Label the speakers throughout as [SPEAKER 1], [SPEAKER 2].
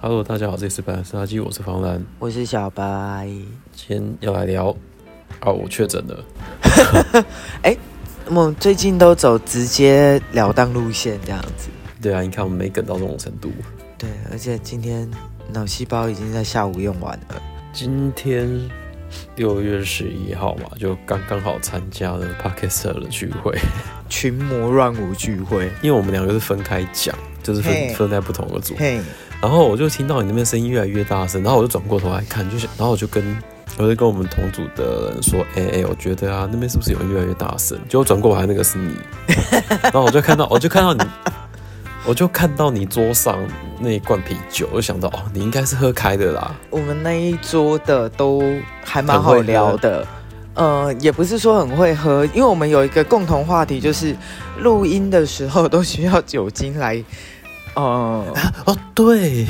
[SPEAKER 1] Hello，大家好，这里是白兰沙基，我是方兰，
[SPEAKER 2] 我是小白。
[SPEAKER 1] 今天要来聊啊，我确诊了，
[SPEAKER 2] 我们最近都走直截了当路线这样子，
[SPEAKER 1] 对啊，你看我们没梗到这种程度。
[SPEAKER 2] 对，而且今天脑细胞已经在下午用完了。
[SPEAKER 1] 今天六月十一号嘛，就刚刚好参加了 Podcaster 的聚会，
[SPEAKER 2] 群魔乱舞聚会，
[SPEAKER 1] 因为我们两个是分开讲，就是分
[SPEAKER 2] 嘿
[SPEAKER 1] 分在不同的组，
[SPEAKER 2] 嘿，
[SPEAKER 1] 然后我就听到你那边声音越来越大声，然后我就转过头来看，就想，然后我就跟我就跟我们同组的人说，哎、哎、我觉得啊，那边是不是有人越来越大声？结果转过来那个是你，然后我就看到，我就看到你，我就看到你桌上那一罐啤酒，我就想到哦，你应该是喝开的啦，
[SPEAKER 2] 我们那一桌的都还蛮好聊的。呃，也不是说很会喝，因为我们有一个共同话题，就是录音的时候都需要酒精 来。呃，
[SPEAKER 1] 哦对，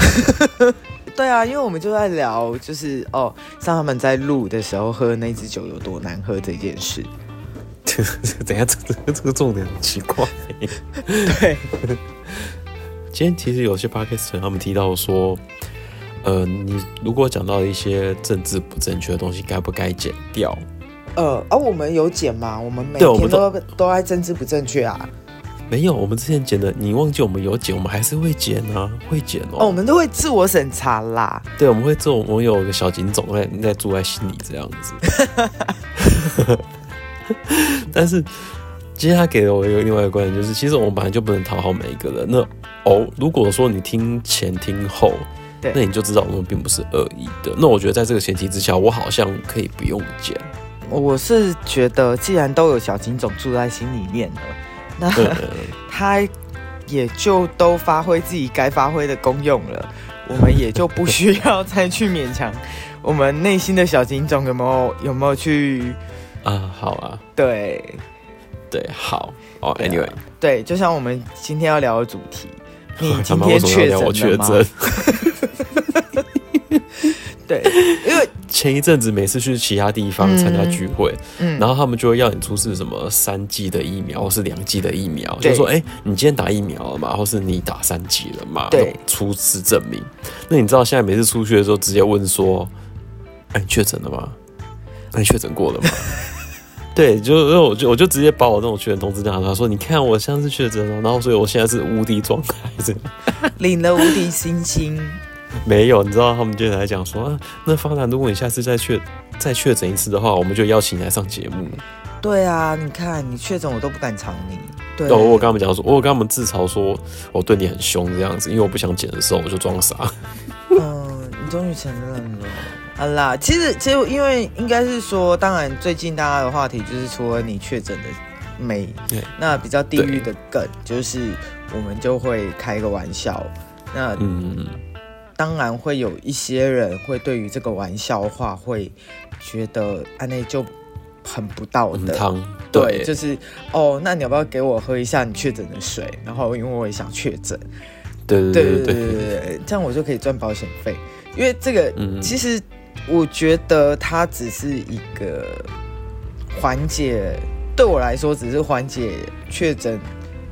[SPEAKER 2] 对啊，因为我们就在聊，就是哦，像他们在录的时候喝那支酒有多难喝这件事。
[SPEAKER 1] 等一下这个这个重点很奇怪。
[SPEAKER 2] 对，
[SPEAKER 1] 今天其实有些 p o d c a s t 他们提到说，呃，你如果讲到一些政治不正确的东西，该不该剪掉？
[SPEAKER 2] 呃，啊，我们有剪吗？我们每
[SPEAKER 1] 对我们
[SPEAKER 2] 天都都在政治不正确啊。
[SPEAKER 1] 没有，我们之前剪的，你忘记我们有剪，我们还是会剪啊，会剪哦。
[SPEAKER 2] 哦，我们都会自我审查啦。
[SPEAKER 1] 对，我们会做，我们有个小警总在在住在心里这样子。 但是今天他给了我一个另外一个观点，就是其实我们本来就不能讨好每一个人。那哦，如果说你听前听后，
[SPEAKER 2] 对
[SPEAKER 1] 那你就知道我们并不是恶意的。那我觉得在这个前提之下，我好像可以不用剪。
[SPEAKER 2] 我是觉得，既然都有小金总住在心里面了，那
[SPEAKER 1] 对
[SPEAKER 2] 他也就都发挥自己该发挥的功用了，我们也就不需 要再去勉强我们内心的小金总有没有有没有去
[SPEAKER 1] 啊，好啊，
[SPEAKER 2] 对
[SPEAKER 1] 对，好哦。
[SPEAKER 2] 对啊
[SPEAKER 1] Anyway，
[SPEAKER 2] 对，就像我们今天要聊的主题，你
[SPEAKER 1] 他
[SPEAKER 2] 今
[SPEAKER 1] 哎妈为
[SPEAKER 2] 天
[SPEAKER 1] 什么要
[SPEAKER 2] 确
[SPEAKER 1] 聊我
[SPEAKER 2] 诊
[SPEAKER 1] 确
[SPEAKER 2] 了吗？
[SPEAKER 1] 诊？
[SPEAKER 2] 对，
[SPEAKER 1] 前一阵子每次去其他地方参加聚会，
[SPEAKER 2] 嗯，
[SPEAKER 1] 然后他们就会要你出示什么三剂的疫苗或是两剂的疫苗，
[SPEAKER 2] 对
[SPEAKER 1] 就说哎、诶你今天打疫苗了吗？或是你打三剂了吗？
[SPEAKER 2] 对，
[SPEAKER 1] 出示证明。那你知道现在每次出去的时候，直接问说，哎、你确诊了吗？哎你确诊过了吗？ 对，就因为我就我就直接把我那种确诊通知单拿出来说，你看我像是确诊了，然后所以我现在是无敌状态，这样
[SPEAKER 2] 领了无敌星星。
[SPEAKER 1] 没有，你知道他们就来讲说，啊、那方兰，如果你下次再确再确诊一次的话，我们就邀请你来上节目。
[SPEAKER 2] 对啊，你看你确诊我都不敢藏你。对，
[SPEAKER 1] 哦，我有跟他们讲说，我有跟他们自嘲说，我对你很凶这样子，因为我不想剪的时候我就装傻。
[SPEAKER 2] 嗯，你终于承认了。好啦，其实其实因为应该是说，当然最近大家的话题就是除了你确诊的美
[SPEAKER 1] 对，
[SPEAKER 2] 那比较地域的梗，就是我们就会开个玩笑。那
[SPEAKER 1] 嗯，
[SPEAKER 2] 当然会有一些人会对于这个玩笑话会觉得安内就很不道
[SPEAKER 1] 很
[SPEAKER 2] 德，
[SPEAKER 1] 烫，
[SPEAKER 2] 对，
[SPEAKER 1] 对，
[SPEAKER 2] 就是哦，那你要不要给我喝一下你确诊的水？然后因为我也想确诊，
[SPEAKER 1] 对对
[SPEAKER 2] 对
[SPEAKER 1] 对对
[SPEAKER 2] 对对对
[SPEAKER 1] 对，
[SPEAKER 2] 对对，这样我就可以赚保险费。因为这个，
[SPEAKER 1] 嗯
[SPEAKER 2] 其实我觉得它只是一个缓解，对我来说只是缓解确诊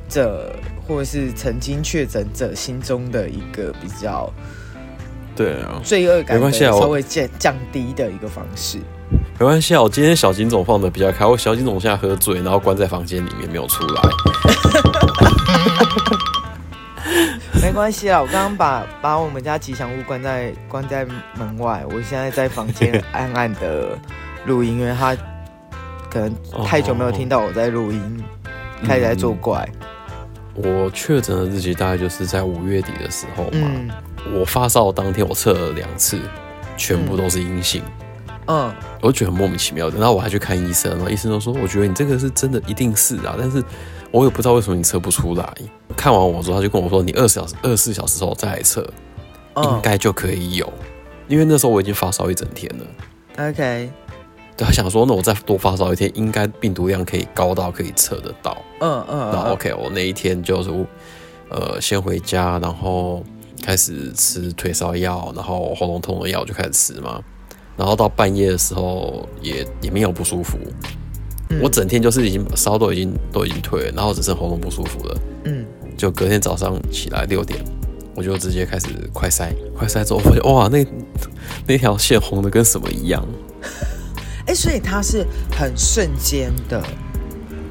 [SPEAKER 2] 者或者是曾经确诊者心中的一个比较
[SPEAKER 1] 对啊，
[SPEAKER 2] 罪恶感
[SPEAKER 1] 没
[SPEAKER 2] 的
[SPEAKER 1] 关系啊我
[SPEAKER 2] 稍微降降低的一个方式。
[SPEAKER 1] 没关系啊，我今天小金总放的比较开，我小金总现在喝醉，然后关在房间里面没有出来。
[SPEAKER 2] 没关系啊啦，我刚刚把把我们家吉祥物关在关在门外，我现在在房 间暗暗的录音，因为他可能太久没有听到我在录音，开始在作怪。
[SPEAKER 1] 我确诊的日期大概就是在五月底的时候嘛，
[SPEAKER 2] 嗯
[SPEAKER 1] 我发烧当天我测了两次，全部都是阴性。
[SPEAKER 2] 嗯，
[SPEAKER 1] 我就觉得很莫名其妙的。然后我还去看医生，然后医生都说，我觉得你这个是真的一定是啊，但是我也不知道为什么你测不出来。看完我之后，他就跟我说，你二十小时、二十四小时后再来测，应
[SPEAKER 2] 嗯
[SPEAKER 1] 该就可以有。因为那时候我已经发烧一整天了，
[SPEAKER 2] OK，
[SPEAKER 1] 对他想说，那我再多发烧一天，应该病毒量可以高到可以测得到。
[SPEAKER 2] 嗯嗯
[SPEAKER 1] 然后
[SPEAKER 2] 嗯
[SPEAKER 1] OK，我那一天就是呃先回家，然后开始吃退烧药，然后喉咙痛的药我就开始吃嘛。然后到半夜的时候也也没有不舒服，
[SPEAKER 2] 嗯
[SPEAKER 1] 我整天就是已经烧都已经都已经退了，然后只剩喉咙不舒服了。
[SPEAKER 2] 嗯
[SPEAKER 1] 就隔天早上起来六点，我就直接开始快塞，快塞之后我发现哇，那那条线红的跟什么一样。
[SPEAKER 2] 哎、所以它是很瞬间的，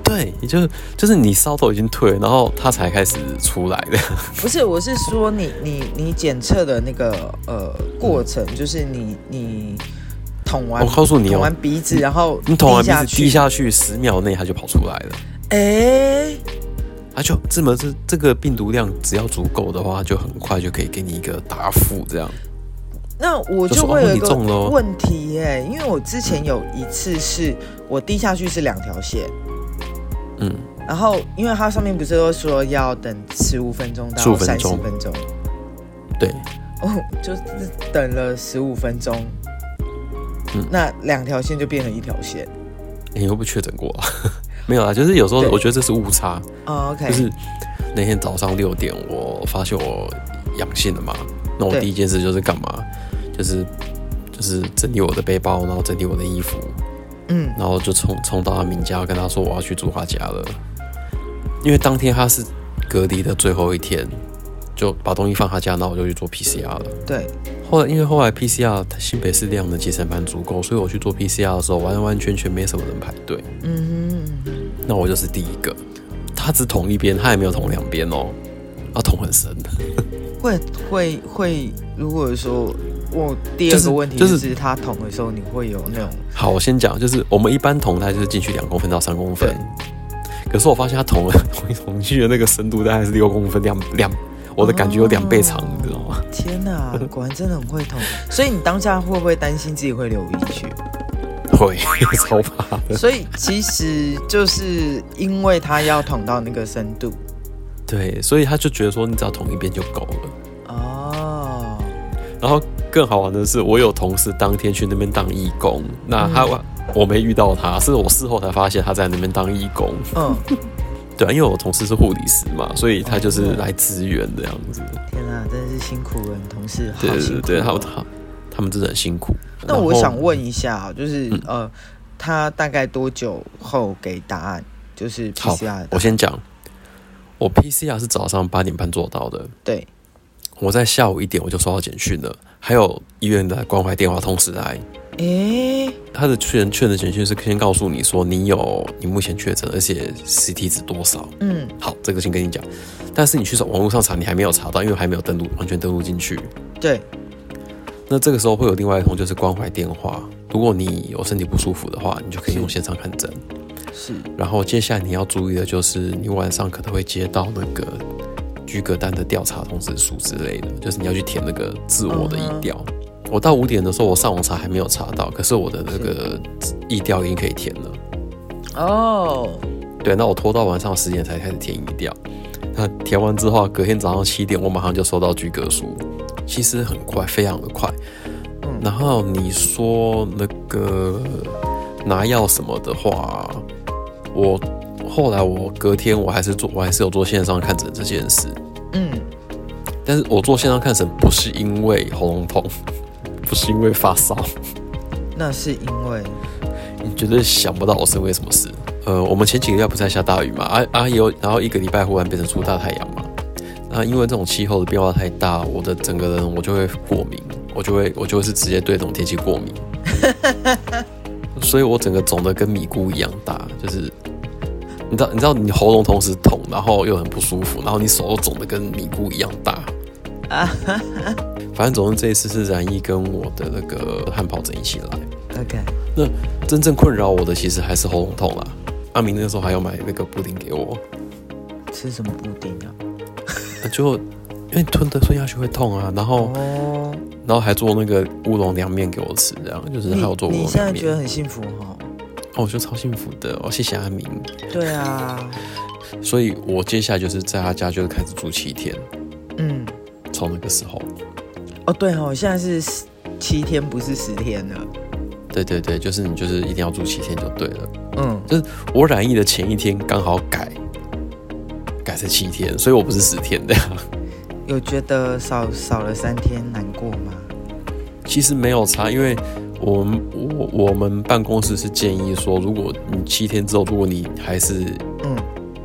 [SPEAKER 1] 对，也就是就是你烧都已经退了，然后它才开始出来的。
[SPEAKER 2] 不是，我是说你你你检测的那个呃过程，就是你你捅完，
[SPEAKER 1] 嗯我告诉你哦
[SPEAKER 2] 捅完鼻子，然后
[SPEAKER 1] 你捅完鼻子滴
[SPEAKER 2] 去，
[SPEAKER 1] 下去，十秒内它就跑出来了。
[SPEAKER 2] 哎、
[SPEAKER 1] 它就这么这这个病毒量只要足够的话，就很快就可以给你一个答复。这样，
[SPEAKER 2] 那
[SPEAKER 1] 就
[SPEAKER 2] 我就
[SPEAKER 1] 说
[SPEAKER 2] 会
[SPEAKER 1] 哦
[SPEAKER 2] 有一
[SPEAKER 1] 你
[SPEAKER 2] 个
[SPEAKER 1] 中了哦
[SPEAKER 2] 问题耶、因为我之前有一次是我滴下去是两条线，
[SPEAKER 1] 嗯，
[SPEAKER 2] 然后因为它上面不是都说要等十五分钟到
[SPEAKER 1] 15分
[SPEAKER 2] 三十
[SPEAKER 1] 钟
[SPEAKER 2] 分钟，
[SPEAKER 1] 对，
[SPEAKER 2] 哦，就是等了十五分钟，
[SPEAKER 1] 嗯
[SPEAKER 2] 那两条线就变成一条线。
[SPEAKER 1] 你又不确诊过啊？ 没有啦，就是有时候
[SPEAKER 2] 对
[SPEAKER 1] 我觉得这是误差，
[SPEAKER 2] 哦，OK，
[SPEAKER 1] 就是那天早上六点我发现我阳性了嘛，那我
[SPEAKER 2] 对
[SPEAKER 1] 第一件事就是干嘛？就是就是整理我的背包，然后整理我的衣服，
[SPEAKER 2] 嗯，
[SPEAKER 1] 然后就冲冲到他名家，跟他说我要去住他家了，因为当天他是隔离的最后一天，就把东西放他家，然后我就去做 PCR 了。
[SPEAKER 2] 对，
[SPEAKER 1] 后来因为后来 PCR 新北市量能其实蛮足够，所以我去做 PCR 的时候，完完全全没什么人排队，
[SPEAKER 2] 嗯哼，
[SPEAKER 1] 那我就是第一个。他只捅一边，他也没有捅两边哦，他捅很深。
[SPEAKER 2] 会会会，如果说我第二
[SPEAKER 1] 就是
[SPEAKER 2] 个问题
[SPEAKER 1] 就
[SPEAKER 2] 就是是他捅的时候，你会有那种
[SPEAKER 1] 好，我先讲，就是我们一般捅它就是进去两公分到三公分，可是我发现它捅了捅捅进去的那个深度大概是六公分，两两，我的感觉有两倍长，你知道吗？
[SPEAKER 2] 天哪， 果然真的很会捅。所以你当下会不会担心自己会流鼻血？
[SPEAKER 1] 会 超怕的。
[SPEAKER 2] 所以其实就是因为他要捅到那个深度
[SPEAKER 1] 对，所以他就觉得说你只要捅一边就够了。
[SPEAKER 2] 哦，
[SPEAKER 1] 然后更好玩的是，我有同事当天去那边当义工，那他、我没遇到他，是我事后才发现他在那边当义工。
[SPEAKER 2] 嗯，
[SPEAKER 1] 对，啊因为我同事是护理师嘛，所以他就是
[SPEAKER 2] 哦
[SPEAKER 1] 来支援这样子。
[SPEAKER 2] 天哪，真的是辛苦了，你同事好
[SPEAKER 1] 对对
[SPEAKER 2] 辛
[SPEAKER 1] 对
[SPEAKER 2] 苦
[SPEAKER 1] 对，他
[SPEAKER 2] 哦
[SPEAKER 1] 他他们真的很辛苦。
[SPEAKER 2] 那
[SPEAKER 1] 然
[SPEAKER 2] 我
[SPEAKER 1] 后嗯
[SPEAKER 2] 想问一下，就是、呃，他大概多久后给答案？就是
[SPEAKER 1] 好
[SPEAKER 2] PCR 的答
[SPEAKER 1] 我
[SPEAKER 2] 案
[SPEAKER 1] 先讲，我 PCR 是早上八点半做到的，
[SPEAKER 2] 对，
[SPEAKER 1] 我在下午一点我就收到简讯了，还有医院的关怀电话通知来，
[SPEAKER 2] 诶、
[SPEAKER 1] 他的确认确诊简讯是先告诉你说你有你目前确诊，而且 CT 值多少。
[SPEAKER 2] 嗯，
[SPEAKER 1] 好，这个先跟你讲，但是你去网络上查，你还没有查到，因为还没有登录，完全登录进去。
[SPEAKER 2] 对，
[SPEAKER 1] 那这个时候会有另外一通就是关怀电话，如果你有身体不舒服的话，你就可以用线上看诊。
[SPEAKER 2] 是，
[SPEAKER 1] 然后接下来你要注意的就是，你晚上可能会接到那个居格单的调查通知书之类的，就是你要去填那个自我的意调。我到五点的时候，我上网查还没有查到，可是我的那个意调已经可以填了。
[SPEAKER 2] 哦，
[SPEAKER 1] 对，那我拖到晚上十点才开始填意调。那填完之后，啊隔天早上七点，我马上就收到居格书，其实很快，非常的快。
[SPEAKER 2] 嗯
[SPEAKER 1] 然后你说那个拿药什么的话，我后来我隔天我还是做，我还是有做线上看诊这件事。
[SPEAKER 2] 嗯，
[SPEAKER 1] 但是我做线上看诊不是因为喉咙痛， 不是因为发烧，
[SPEAKER 2] 那是因为
[SPEAKER 1] 你绝对想不到我是因为什么事。呃，我们前几个月不是在下大雨嘛，啊啊有，然后一个礼拜忽然变成出大太阳嘛。那因为这种气候的变化太大，我的整个人我就会过敏，我就会我就会是直接对这种天气过敏，所以我整个肿的跟米糊一样大，就是你知道你知道你喉咙同时痛，然后又很不舒服，然后你手又肿的跟米糊一样大。
[SPEAKER 2] 啊
[SPEAKER 1] 反正总之这一次是然一跟我的那个汉堡整一起来，
[SPEAKER 2] ，OK，
[SPEAKER 1] 那真正困扰我的其实还是喉咙痛啦。阿明那个时候还要买那个布丁给我，
[SPEAKER 2] 吃什么布丁啊？
[SPEAKER 1] 呃就因为吞的吞下去会痛啊，然后
[SPEAKER 2] 哦，
[SPEAKER 1] 然后还做那个乌龙凉面给我吃，这样就是还有做乌
[SPEAKER 2] 你你
[SPEAKER 1] 龙
[SPEAKER 2] 现在
[SPEAKER 1] 凉
[SPEAKER 2] 觉得
[SPEAKER 1] 面，
[SPEAKER 2] 很幸福哈、哦？
[SPEAKER 1] 哦，我觉得超幸福的，哦，谢谢阿明。
[SPEAKER 2] 对啊，
[SPEAKER 1] 所以我接下来就是在他家就是开始住七天，
[SPEAKER 2] 嗯，
[SPEAKER 1] 从那个时候，
[SPEAKER 2] 哦对哦，现在是十七天不是十天了，
[SPEAKER 1] 对对对，就是你就是一定要住七天就对了。
[SPEAKER 2] 嗯，
[SPEAKER 1] 我染疫的前一天刚好改，改成七天，所以我不是十天的。
[SPEAKER 2] 有觉得少少了三天难过吗？
[SPEAKER 1] 其实没有差，因为我们我我们办公室是建议说，如果你七天之后，如果你还是
[SPEAKER 2] 嗯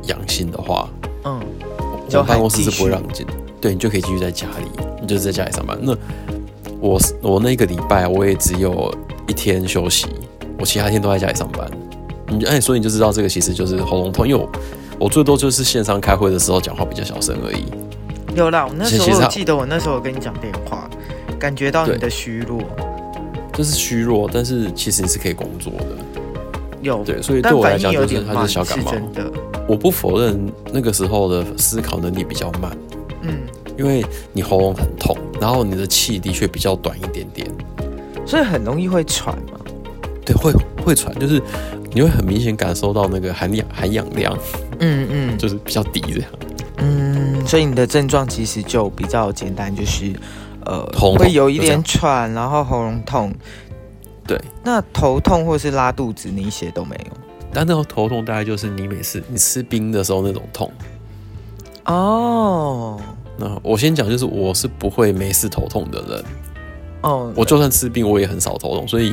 [SPEAKER 1] 阳性的话，
[SPEAKER 2] 嗯。
[SPEAKER 1] 我
[SPEAKER 2] 就
[SPEAKER 1] 们
[SPEAKER 2] 还
[SPEAKER 1] 办公室
[SPEAKER 2] 继
[SPEAKER 1] 是
[SPEAKER 2] 续
[SPEAKER 1] 不会让你进。对你就可以继续在家里，你就是在家里上班。那我我那个礼拜我也只有一天休息，我其他天都在家里上班。你哎，所以你就知道这个其实就是喉咙痛，因为我我最多就是线上开会的时候讲话比较小声而已。
[SPEAKER 2] 有啦，我那时
[SPEAKER 1] 其实
[SPEAKER 2] 候
[SPEAKER 1] 他
[SPEAKER 2] 我记得我那时候有跟你讲电话，感觉到你的
[SPEAKER 1] 对
[SPEAKER 2] 虚弱，
[SPEAKER 1] 就是虚弱，但是其实你是可以工作的。
[SPEAKER 2] 有，
[SPEAKER 1] 对，所以对
[SPEAKER 2] 但
[SPEAKER 1] 我来
[SPEAKER 2] 反应
[SPEAKER 1] 讲
[SPEAKER 2] 有
[SPEAKER 1] 就是
[SPEAKER 2] 点
[SPEAKER 1] 它就
[SPEAKER 2] 慢，
[SPEAKER 1] 是小感
[SPEAKER 2] 是
[SPEAKER 1] 冒。
[SPEAKER 2] 真的，
[SPEAKER 1] 我不否认那个时候的思考能力比较慢，
[SPEAKER 2] 嗯，
[SPEAKER 1] 因为你喉咙很痛，然后你的气的确比较短一点点，
[SPEAKER 2] 所以很容易会喘嘛。
[SPEAKER 1] 对，会会喘，就是你会很明显感受到那个含氧含氧量
[SPEAKER 2] 嗯嗯
[SPEAKER 1] 就是比较低这样。
[SPEAKER 2] 嗯，所以你的症状其实就比较简单，就是呃
[SPEAKER 1] 喉咙
[SPEAKER 2] 会有一
[SPEAKER 1] 就这
[SPEAKER 2] 点
[SPEAKER 1] 样
[SPEAKER 2] 喘，然后喉咙痛。
[SPEAKER 1] 对，
[SPEAKER 2] 那头痛或是拉肚子，你一些都没有。
[SPEAKER 1] 但那种头痛大概就是你每次你吃冰的时候那种痛。
[SPEAKER 2] 哦
[SPEAKER 1] 那我先讲，就是我是不会没事头痛的人，
[SPEAKER 2] 哦，
[SPEAKER 1] 我就算吃冰，我也很少头痛，所以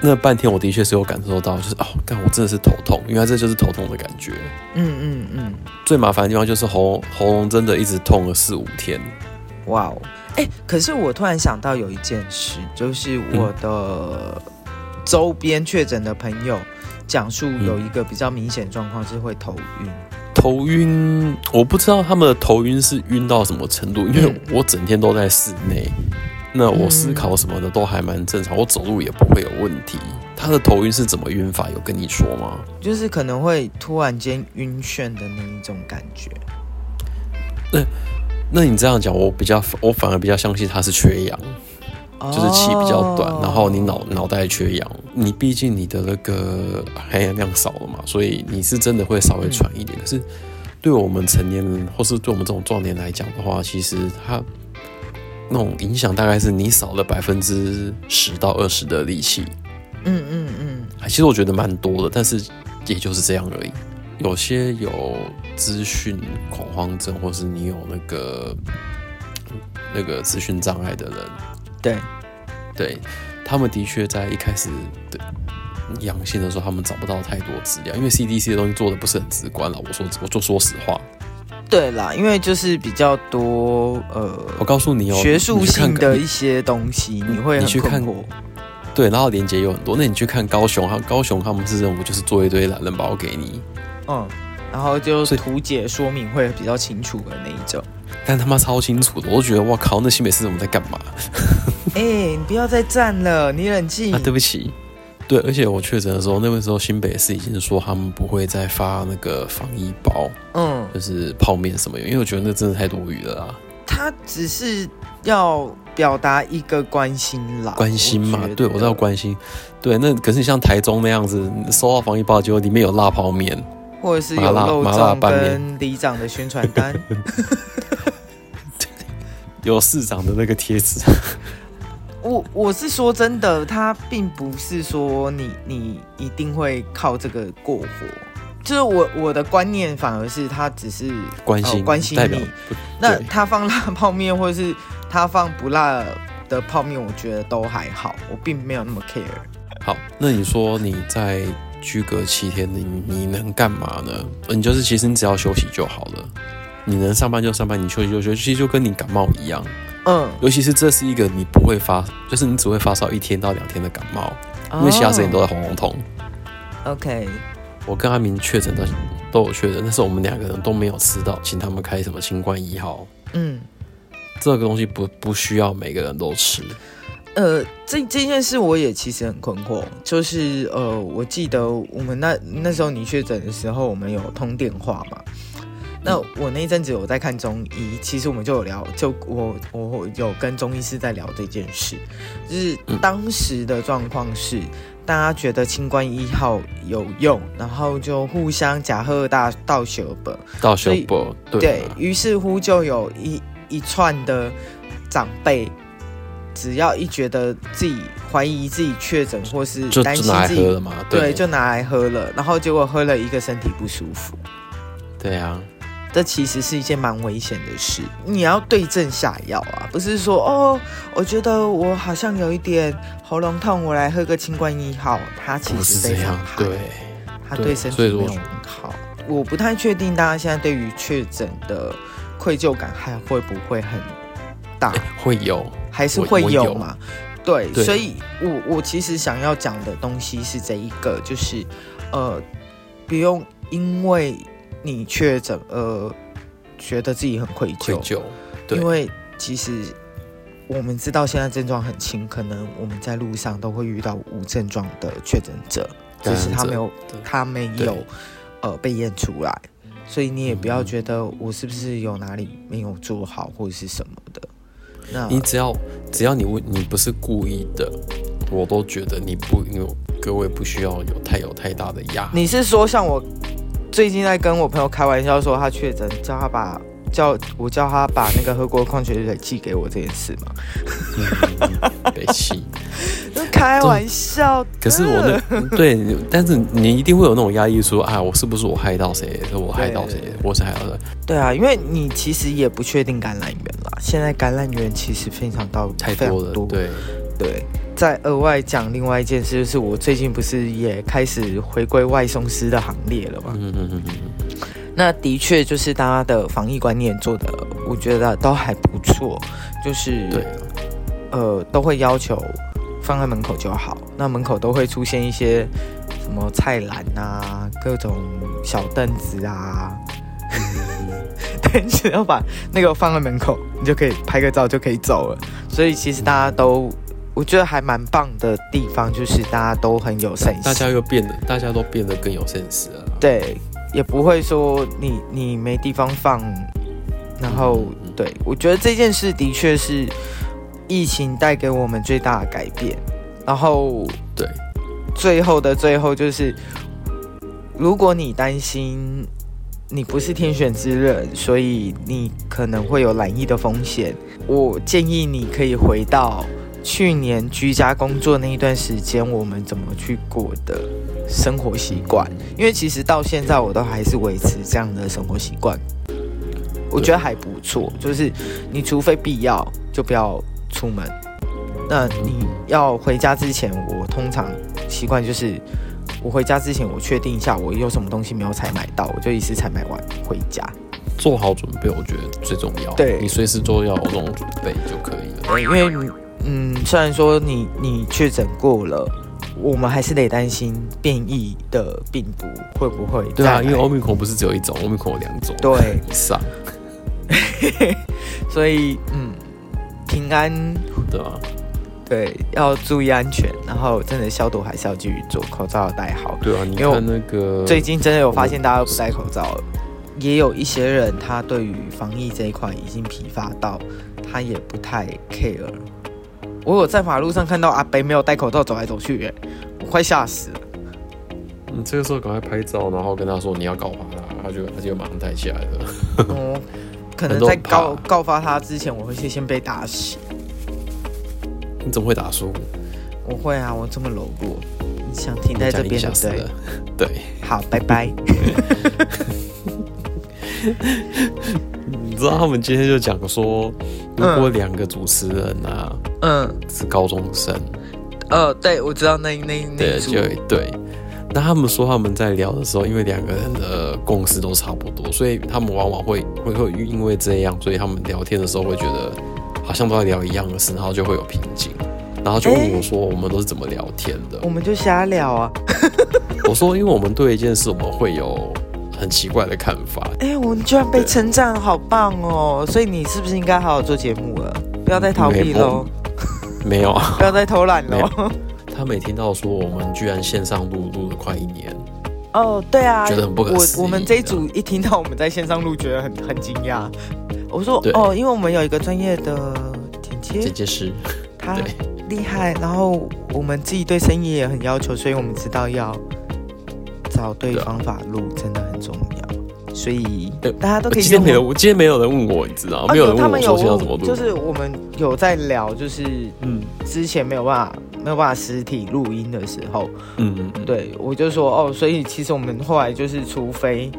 [SPEAKER 1] 那半天我的确是有感受到，就是哦，干我真的是头痛，原来这就是头痛的感觉。
[SPEAKER 2] 嗯嗯嗯，
[SPEAKER 1] 最麻烦的地方就是喉喉咙真的一直痛了四五天，
[SPEAKER 2] 哇哦，哎、可是我突然想到有一件事，就是我的周边确诊的朋友讲述有一个比较明显的状况是会头晕。
[SPEAKER 1] 头晕，我不知道他们的头晕是晕到什么程度，因为
[SPEAKER 2] 嗯
[SPEAKER 1] 我整天都在室内，那我思考什么的都还蛮正常，我走路也不会有问题。他的头晕是怎么晕法？有跟你说吗？
[SPEAKER 2] 就是可能会突然间晕眩的那一种感觉，
[SPEAKER 1] 那你这样讲，我比较我反而比较相信他是缺氧。就是气比较短，
[SPEAKER 2] 哦
[SPEAKER 1] 然后你脑脑袋缺氧，你毕竟你的那个含氧量少了嘛，所以你是真的会稍微喘一点。可是对我们成年人或是对我们这种壮年来讲的话，其实它那种影响大概是你少了百分之十到二十的力气，
[SPEAKER 2] 嗯嗯嗯，
[SPEAKER 1] 其实我觉得蛮多的，但是也就是这样而已。有些有资讯恐慌症，或是你有那个那个资讯障碍的人，
[SPEAKER 2] 对，
[SPEAKER 1] 对他们的确在一开始的阳性的时候，他们找不到太多资料，因为 CDC 的东西做的不是很直观了。我说，我就说实话，
[SPEAKER 2] 对啦，因为就是比较多呃
[SPEAKER 1] 我告诉你哦，
[SPEAKER 2] 学术
[SPEAKER 1] 你去看
[SPEAKER 2] 性的
[SPEAKER 1] 你
[SPEAKER 2] 一些东西，你会
[SPEAKER 1] 你
[SPEAKER 2] 很
[SPEAKER 1] 去看
[SPEAKER 2] 困惑。
[SPEAKER 1] 对，然后连接有很多。那你去看高雄，他高雄他们是任务就是做一堆懒人包给你，
[SPEAKER 2] 嗯，然后就
[SPEAKER 1] 所以
[SPEAKER 2] 图解说明会比较清楚的那一种。
[SPEAKER 1] 但他妈超清楚的，我都觉得哇靠，那新北市政府在干嘛？
[SPEAKER 2] 哎、你不要再站了，你冷静。
[SPEAKER 1] 啊，对不起。对，而且我确诊的时候，那个时候新北市已经说他们不会再发那个防疫包，
[SPEAKER 2] 嗯，
[SPEAKER 1] 就是泡面什么的，因为我觉得那真的太多余了啦。
[SPEAKER 2] 他只是要表达一个关心啦，
[SPEAKER 1] 关心嘛
[SPEAKER 2] 觉，
[SPEAKER 1] 对
[SPEAKER 2] 得
[SPEAKER 1] 我知道关心，对，那可是你像台中那样子，收到防疫包，结果里面有辣泡面，
[SPEAKER 2] 或者是有
[SPEAKER 1] 麻辣
[SPEAKER 2] 肉
[SPEAKER 1] 麻辣
[SPEAKER 2] 粽
[SPEAKER 1] 拌面
[SPEAKER 2] 跟里长的宣传单。
[SPEAKER 1] 有市长的那个贴纸，
[SPEAKER 2] 我我是说真的，他并不是说你你一定会靠这个过活，就是我我的观念反而是他只是
[SPEAKER 1] 关心、
[SPEAKER 2] 哦关心
[SPEAKER 1] 代表
[SPEAKER 2] 你那
[SPEAKER 1] 对
[SPEAKER 2] 他放辣泡面 或者是他放不辣的泡面，我觉得都还好，我并没有那么 care。
[SPEAKER 1] 好。那你说你在居隔七天，你你能干嘛呢？你就是其实你只要休息就好了，你能上班就上班，你休息就休息，其实就跟你感冒一样，
[SPEAKER 2] 嗯，
[SPEAKER 1] 尤其是这是一个你不会发，就是你只会发烧一天到两天的感冒，因为其他时间都在喉咙痛。
[SPEAKER 2] 哦 OK。
[SPEAKER 1] 我跟阿明确诊的都有确诊，但是我们两个人都没有吃到，请他们开什么新冠一号，
[SPEAKER 2] 嗯，
[SPEAKER 1] 这个东西不不需要每个人都吃。
[SPEAKER 2] 呃，这这件事我也其实很困惑，就是呃，我记得我们那那时候你确诊的时候，我们有通电话嘛。那我那一阵子有在看中医，其实我们就有聊，就我我有跟中医师在聊这件事，就是
[SPEAKER 1] 嗯
[SPEAKER 2] 当时的状况是，大家觉得清冠一号有用，然后就互相假贺大道学本，
[SPEAKER 1] 到时
[SPEAKER 2] 所以
[SPEAKER 1] 候不对
[SPEAKER 2] 对
[SPEAKER 1] 啊
[SPEAKER 2] 于是乎就有一一串的长辈，只要一觉得自己怀疑自己确诊或是
[SPEAKER 1] 就
[SPEAKER 2] 担
[SPEAKER 1] 就
[SPEAKER 2] 心
[SPEAKER 1] 拿来
[SPEAKER 2] 自
[SPEAKER 1] 喝
[SPEAKER 2] 己，
[SPEAKER 1] 了嘛，
[SPEAKER 2] 对，
[SPEAKER 1] 对
[SPEAKER 2] 就拿来喝了，然后结果喝了一个身体不舒服，
[SPEAKER 1] 对啊，
[SPEAKER 2] 这其实是一件蛮危险的事。你要对症下药啊，不是说哦，我觉得我好像有一点喉咙痛，我来喝个清冠一号，它其
[SPEAKER 1] 不
[SPEAKER 2] 实
[SPEAKER 1] 是
[SPEAKER 2] 非
[SPEAKER 1] 这
[SPEAKER 2] 常
[SPEAKER 1] 样，
[SPEAKER 2] 好。
[SPEAKER 1] 对，
[SPEAKER 2] 它
[SPEAKER 1] 对
[SPEAKER 2] 对身体
[SPEAKER 1] 所以
[SPEAKER 2] 没
[SPEAKER 1] 我
[SPEAKER 2] 有很好。我不太确定大家现在对于确诊的愧疚感还会不会很大？
[SPEAKER 1] 哎会有，
[SPEAKER 2] 还是
[SPEAKER 1] 我
[SPEAKER 2] 会
[SPEAKER 1] 我
[SPEAKER 2] 有
[SPEAKER 1] 有
[SPEAKER 2] 嘛？对，
[SPEAKER 1] 对
[SPEAKER 2] 所以我我其实想要讲的东西是这一个，就是呃，不用因为你确诊而觉得自己很愧
[SPEAKER 1] 愧
[SPEAKER 2] 疚，
[SPEAKER 1] 疚，对
[SPEAKER 2] 因为其实我们知道现在症状很轻，可能我们在路上都会遇到无症状的确诊者，只是他没有
[SPEAKER 1] 对
[SPEAKER 2] 他没有
[SPEAKER 1] 对
[SPEAKER 2] 呃被验出来，所以你也不要
[SPEAKER 1] 嗯
[SPEAKER 2] 觉得我是不是有哪里没有做好或者是什么的。那
[SPEAKER 1] 你只要只要你问你不是故意的，我都觉得你不你各位不需要有太有太大的压力。
[SPEAKER 2] 你是说像我最近在跟我朋友开玩笑说他确诊，叫他把叫我叫他把那个喝过矿泉水寄给我这件事吗？
[SPEAKER 1] 嗯北气。
[SPEAKER 2] 开玩笑的。
[SPEAKER 1] 可是我 那对，但是你一定会有那种压抑说啊，我是不是我害到谁？是我害到谁
[SPEAKER 2] 对？
[SPEAKER 1] 我是害到谁？
[SPEAKER 2] 对啊，因为你其实也不确定感染源啦。现在感染源其实非常到
[SPEAKER 1] 太
[SPEAKER 2] 非常
[SPEAKER 1] 多了，
[SPEAKER 2] 多
[SPEAKER 1] 对，
[SPEAKER 2] 对，再额外讲另外一件事，就是我最近不是也开始回归外送师的行列了嘛？
[SPEAKER 1] 嗯嗯嗯嗯嗯，
[SPEAKER 2] 那的确就是大家的防疫观念做的，我觉得都还不错，就是
[SPEAKER 1] 对啊，
[SPEAKER 2] 呃都会要求放在门口就好，那门口都会出现一些什么菜篮啊、各种小凳子啊。
[SPEAKER 1] 嗯
[SPEAKER 2] 对，你只要把那个放在门口，你就可以拍个照就可以走了。所以其实大家都，我觉得还蛮棒的地方就是大家都很有 sense，
[SPEAKER 1] 大家又变得，大家都变得更有啊 sense 了啦。
[SPEAKER 2] 对，也不会说你你没地方放，然后
[SPEAKER 1] 嗯嗯嗯
[SPEAKER 2] 对我觉得这件事的确是疫情带给我们最大的改变。然后
[SPEAKER 1] 对，
[SPEAKER 2] 最后的最后就是，如果你担心你不是天选之人，所以你可能会有染疫的风险，我建议你可以回到去年居家工作那一段时间，我们怎么去过的生活习惯。因为其实到现在我都还是维持这样的生活习惯，我觉得还不错。就是你除非必要，就不要出门。那你要回家之前，我通常习惯就是，我回家之前我确定一下我有什么东西没有采买到，我就一次采买完回家。
[SPEAKER 1] 做好准备，我觉得最重要。
[SPEAKER 2] 对
[SPEAKER 1] 你随时都要有这种准备就可以了。
[SPEAKER 2] 对，因为你嗯，虽然说你你确诊过了，我们还是得担心变异的病毒会不会
[SPEAKER 1] 对啊，
[SPEAKER 2] 再来
[SPEAKER 1] 因为欧米孔不是只有一种，欧米孔有两种
[SPEAKER 2] 对，
[SPEAKER 1] 以上，
[SPEAKER 2] 所以嗯，平安
[SPEAKER 1] 对吧？
[SPEAKER 2] 对，要注意安全，然后真的消毒还是要继续做，口罩要戴好。
[SPEAKER 1] 对啊，你
[SPEAKER 2] 因为我
[SPEAKER 1] 看那个
[SPEAKER 2] 最近真的有发现大家都不戴口罩了，也有一些人他对于防疫这一块已经疲乏到他也不太 care 了。我有在马路上看到阿北没有戴口罩走来走去、欸，我快吓 死了。
[SPEAKER 1] 你这个时候赶快拍照，然后跟他说你要告发他，他就他就马上带起来了。
[SPEAKER 2] 哦，可能
[SPEAKER 1] 很多
[SPEAKER 2] 在
[SPEAKER 1] 人
[SPEAKER 2] 告
[SPEAKER 1] 怕
[SPEAKER 2] 告发他之前，我会先先被打死。
[SPEAKER 1] 你怎么会打输？
[SPEAKER 2] 我会啊，我这么柔弱。你想停在这边
[SPEAKER 1] 吓
[SPEAKER 2] 的
[SPEAKER 1] 死
[SPEAKER 2] 对
[SPEAKER 1] 了，对，
[SPEAKER 2] 好，拜拜。
[SPEAKER 1] 你知道他们今天就讲说，如果两个主持人啊、
[SPEAKER 2] 嗯，
[SPEAKER 1] 是高中生，
[SPEAKER 2] 呃，对，我知道那那那
[SPEAKER 1] 对，
[SPEAKER 2] 一
[SPEAKER 1] 就
[SPEAKER 2] 组，
[SPEAKER 1] 对。那他们说他们在聊的时候，因为两个人的共识都差不多，所以他们往往会会会因为这样，所以他们聊天的时候会觉得好像都在聊一样的事，然后就会有瓶颈，然后就
[SPEAKER 2] 哎
[SPEAKER 1] 问我说我们都是怎么聊天的。
[SPEAKER 2] 我们就瞎聊啊。
[SPEAKER 1] 我说，因为我们对一件事我们会有很奇怪的看法，
[SPEAKER 2] 哎、我们居然被称赞，好棒哦！所以你是不是应该好好做节目了？不要再逃避喽，
[SPEAKER 1] 没有啊，
[SPEAKER 2] 不要再偷懒
[SPEAKER 1] 没
[SPEAKER 2] 喽。
[SPEAKER 1] 他每听到说我们居然线上录录了快一年，
[SPEAKER 2] 哦，对啊，
[SPEAKER 1] 觉得很不可思议
[SPEAKER 2] 我我们这一组一听到我们在线上录，觉得很很惊讶。我说
[SPEAKER 1] 对
[SPEAKER 2] 哦，因为我们有一个专业的剪
[SPEAKER 1] 这
[SPEAKER 2] 接，
[SPEAKER 1] 件事，
[SPEAKER 2] 他
[SPEAKER 1] 对
[SPEAKER 2] 厉害，然后我们自己对声音也很要求，所以我们知道要找对
[SPEAKER 1] 对啊
[SPEAKER 2] 方法录，真的很重要。所以
[SPEAKER 1] 哎
[SPEAKER 2] 大家都可以
[SPEAKER 1] 今天
[SPEAKER 2] 用
[SPEAKER 1] 没有，今天没有人问我，你知道，
[SPEAKER 2] 啊，
[SPEAKER 1] 哦没有人
[SPEAKER 2] 他
[SPEAKER 1] 问我
[SPEAKER 2] 们
[SPEAKER 1] 说
[SPEAKER 2] 有
[SPEAKER 1] 现在怎么录，
[SPEAKER 2] 就是我们有在聊，就是
[SPEAKER 1] 嗯
[SPEAKER 2] 之前没有办法没有办法实体录音的时候，
[SPEAKER 1] 嗯嗯，
[SPEAKER 2] 对我就说哦，所以其实我们后来就是，除非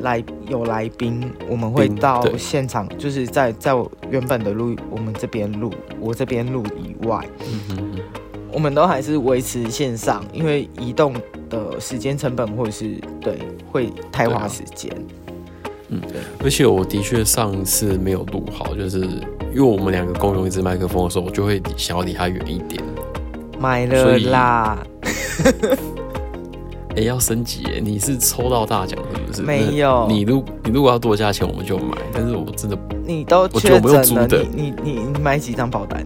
[SPEAKER 2] 来有来宾，我们会
[SPEAKER 1] 宾
[SPEAKER 2] 到
[SPEAKER 1] 对
[SPEAKER 2] 现场，就是在在我原本的录我们这边录，我这边录以外，
[SPEAKER 1] 嗯嗯嗯
[SPEAKER 2] 我们都还是维持线上，因为移动的时间成本或者是对会太
[SPEAKER 1] 对
[SPEAKER 2] 花
[SPEAKER 1] 啊
[SPEAKER 2] 时间。
[SPEAKER 1] 而且我的确上次没有录好，就是因为我们两个共用一支麦克风的时候，我就会想要离它远一点。
[SPEAKER 2] 买了啦，
[SPEAKER 1] 哎、要升级耶！你是抽到大奖是不是？
[SPEAKER 2] 没有
[SPEAKER 1] 那你如你如果要多加钱，我们就买。但是我真的
[SPEAKER 2] 你都
[SPEAKER 1] 我觉得
[SPEAKER 2] 确
[SPEAKER 1] 我没有
[SPEAKER 2] 诊
[SPEAKER 1] 租
[SPEAKER 2] 了，
[SPEAKER 1] 的
[SPEAKER 2] 你你你你买几张保单？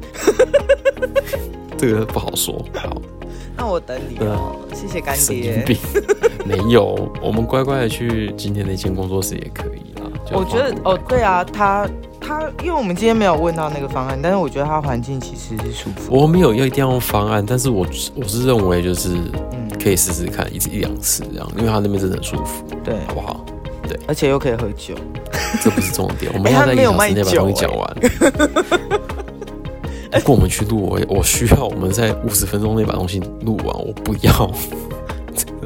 [SPEAKER 1] 这个不好 说。好，
[SPEAKER 2] 那我等你哦，谢谢干
[SPEAKER 1] 啊神经
[SPEAKER 2] 爹。
[SPEAKER 1] 病。 没有，我们乖乖的去今天那间工作室也可以啦。就
[SPEAKER 2] 我觉得
[SPEAKER 1] 花
[SPEAKER 2] 哦，
[SPEAKER 1] 500
[SPEAKER 2] 对啊，他他，因为我们今天没有问到那个方案，但是我觉得他环境其实是舒服。
[SPEAKER 1] 我没有要一定要用方案，但是我我是认为就是
[SPEAKER 2] 嗯，
[SPEAKER 1] 可以试试看一次一两次这样，因为他那边真的很舒服，
[SPEAKER 2] 对，
[SPEAKER 1] 好不好？
[SPEAKER 2] 而且又可以喝酒。
[SPEAKER 1] 这不是重点，我们
[SPEAKER 2] 哎
[SPEAKER 1] 要
[SPEAKER 2] 他
[SPEAKER 1] 在一
[SPEAKER 2] 没
[SPEAKER 1] 个
[SPEAKER 2] 有
[SPEAKER 1] 小
[SPEAKER 2] 卖
[SPEAKER 1] 时内把
[SPEAKER 2] 酒哎
[SPEAKER 1] 东西讲完。如果我们去录，我我需要我们在五十分钟内把东西录完，我不要，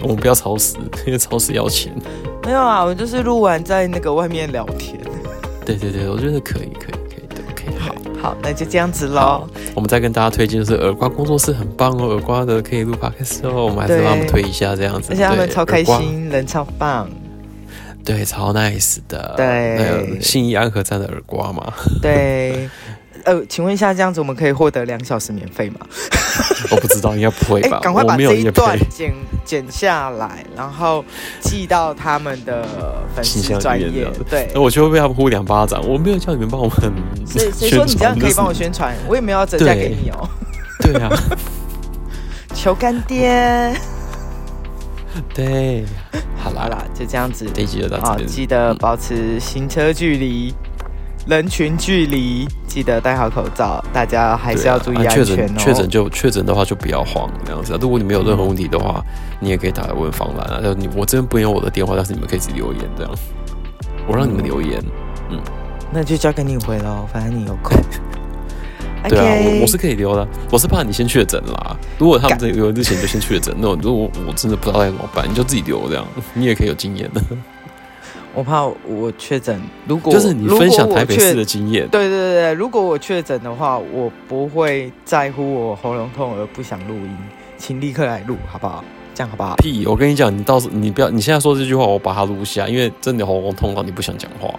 [SPEAKER 1] 我们不要超时，因为超时要钱。
[SPEAKER 2] 没有啊，我就是录完在那个外面聊天。
[SPEAKER 1] 对对对，我觉得可以，可以，可以，对，OK，好。
[SPEAKER 2] 好，那就这样子喽。
[SPEAKER 1] 我们再跟大家推荐，就是耳瓜工作室很棒哦，耳瓜的可以录 podcast 哦，我们还是
[SPEAKER 2] 对
[SPEAKER 1] 让他们推一下这样子，
[SPEAKER 2] 而且他们
[SPEAKER 1] 对
[SPEAKER 2] 超开，
[SPEAKER 1] 耳
[SPEAKER 2] 心，人超棒。
[SPEAKER 1] 瓜对，超 nice 的，
[SPEAKER 2] 对
[SPEAKER 1] 那个信义安和站的耳瓜嘛，
[SPEAKER 2] 对， 呃，请问一下，这样子我们可以获得两小时免费吗？
[SPEAKER 1] 我不知道，应该不会
[SPEAKER 2] 哎
[SPEAKER 1] 吧，？
[SPEAKER 2] 赶快
[SPEAKER 1] 我
[SPEAKER 2] 把
[SPEAKER 1] 没
[SPEAKER 2] 这
[SPEAKER 1] 有
[SPEAKER 2] 一
[SPEAKER 1] 业
[SPEAKER 2] 段
[SPEAKER 1] 配。
[SPEAKER 2] 剪剪下来，然后寄到他们的粉
[SPEAKER 1] 信
[SPEAKER 2] 丝
[SPEAKER 1] 箱
[SPEAKER 2] 专
[SPEAKER 1] 里面
[SPEAKER 2] 业
[SPEAKER 1] 这样子。
[SPEAKER 2] 对
[SPEAKER 1] 那，哎我就会被他们呼两巴掌。我没有叫你们帮我们
[SPEAKER 2] 所以所
[SPEAKER 1] 宣
[SPEAKER 2] 以
[SPEAKER 1] 传，
[SPEAKER 2] 说你这样可以帮我
[SPEAKER 1] 就是
[SPEAKER 2] 宣传，我也没有要折价
[SPEAKER 1] 对
[SPEAKER 2] 给你哦。
[SPEAKER 1] 对啊，
[SPEAKER 2] 求干爹。
[SPEAKER 1] 对，好啦啦，
[SPEAKER 2] 好啦，啊就这样子。
[SPEAKER 1] 这一集就到
[SPEAKER 2] 好，
[SPEAKER 1] 这
[SPEAKER 2] 记
[SPEAKER 1] 边。嗯
[SPEAKER 2] 得保持行车距离、人群距离，记得戴好口罩，大家还是
[SPEAKER 1] 对啊
[SPEAKER 2] 要注意
[SPEAKER 1] 啊
[SPEAKER 2] 安
[SPEAKER 1] 确
[SPEAKER 2] 全
[SPEAKER 1] 诊
[SPEAKER 2] 哦。
[SPEAKER 1] 确诊就确诊的话就不要慌这样子啊。如果你没有任何问题的话，你也可以打来问方兰啊。就你我这边不用我的电话，但是你们可以自己留言这样。我让你们留言，
[SPEAKER 2] 那就交给你回喽，反正你有空。
[SPEAKER 1] 对啊，
[SPEAKER 2] 嗯 OK，
[SPEAKER 1] 我我是可以留的，我是怕你先确诊啦。如果他们这留言之前就先确诊，那我如果我真的不知道该怎么办，你就自己留这样，你也可以有经验的，
[SPEAKER 2] 我怕我确诊，如果
[SPEAKER 1] 就是你
[SPEAKER 2] 如果
[SPEAKER 1] 分享
[SPEAKER 2] 我
[SPEAKER 1] 台北
[SPEAKER 2] 确
[SPEAKER 1] 市的经验，
[SPEAKER 2] 对对对对，如果我确诊的话，我不会在乎我喉咙痛而不想录音，请立刻来录，好不好？这样好不好？
[SPEAKER 1] 屁！我跟你讲，你到时你不要，你现在说这句话，我把它录下，因为真的喉咙痛到你不想讲话，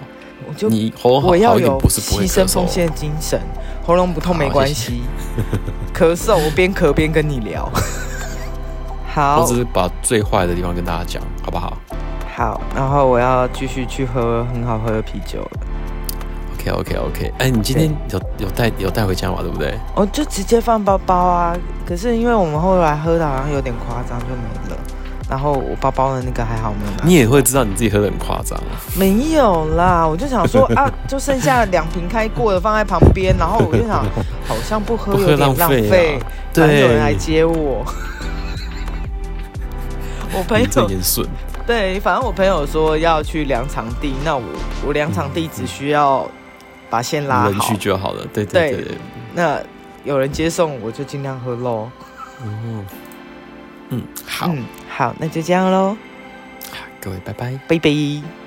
[SPEAKER 2] 我就
[SPEAKER 1] 你喉哦咙好
[SPEAKER 2] 我要
[SPEAKER 1] 好一点
[SPEAKER 2] 有
[SPEAKER 1] 不是不会
[SPEAKER 2] 牺
[SPEAKER 1] 咳
[SPEAKER 2] 牲
[SPEAKER 1] 嗽
[SPEAKER 2] 奉
[SPEAKER 1] 哦。
[SPEAKER 2] 献精神，喉咙不痛没
[SPEAKER 1] 好
[SPEAKER 2] 关
[SPEAKER 1] 谢
[SPEAKER 2] 系。 咳嗽，我边咳边跟你 聊。好
[SPEAKER 1] 我只是把最坏的地方跟大家讲，好不好
[SPEAKER 2] 好，然后我要继续去喝很好喝的啤酒了。
[SPEAKER 1] ？OK OK OK，哎、你今天有有带有带回家嘛？对不对？
[SPEAKER 2] 我哦就直接放包包啊，可是因为我们后来喝的好像有点夸张，就没了。然后我包包的那个还好没有拿
[SPEAKER 1] 你也会知道你自己喝的很夸张，
[SPEAKER 2] 没有啦，我就想说啊，就剩下两瓶开过的放在旁边，然后我就想， 好像不喝
[SPEAKER 1] 不喝
[SPEAKER 2] 有点
[SPEAKER 1] 浪
[SPEAKER 2] 浪
[SPEAKER 1] 费啊
[SPEAKER 2] 费，然后有人来
[SPEAKER 1] 对，
[SPEAKER 2] 接我。我朋
[SPEAKER 1] 名正
[SPEAKER 2] 友
[SPEAKER 1] 言顺，
[SPEAKER 2] 对，反正我朋友说要去量场地，那我我量场地只需要把线拉
[SPEAKER 1] 人
[SPEAKER 2] 好
[SPEAKER 1] 去，嗯就好了。对对
[SPEAKER 2] 对
[SPEAKER 1] 对对，
[SPEAKER 2] 那有人接送我就尽量喝喽。
[SPEAKER 1] 嗯嗯，好，
[SPEAKER 2] 嗯，好，那就这样喽，
[SPEAKER 1] 各位拜拜。
[SPEAKER 2] 拜拜。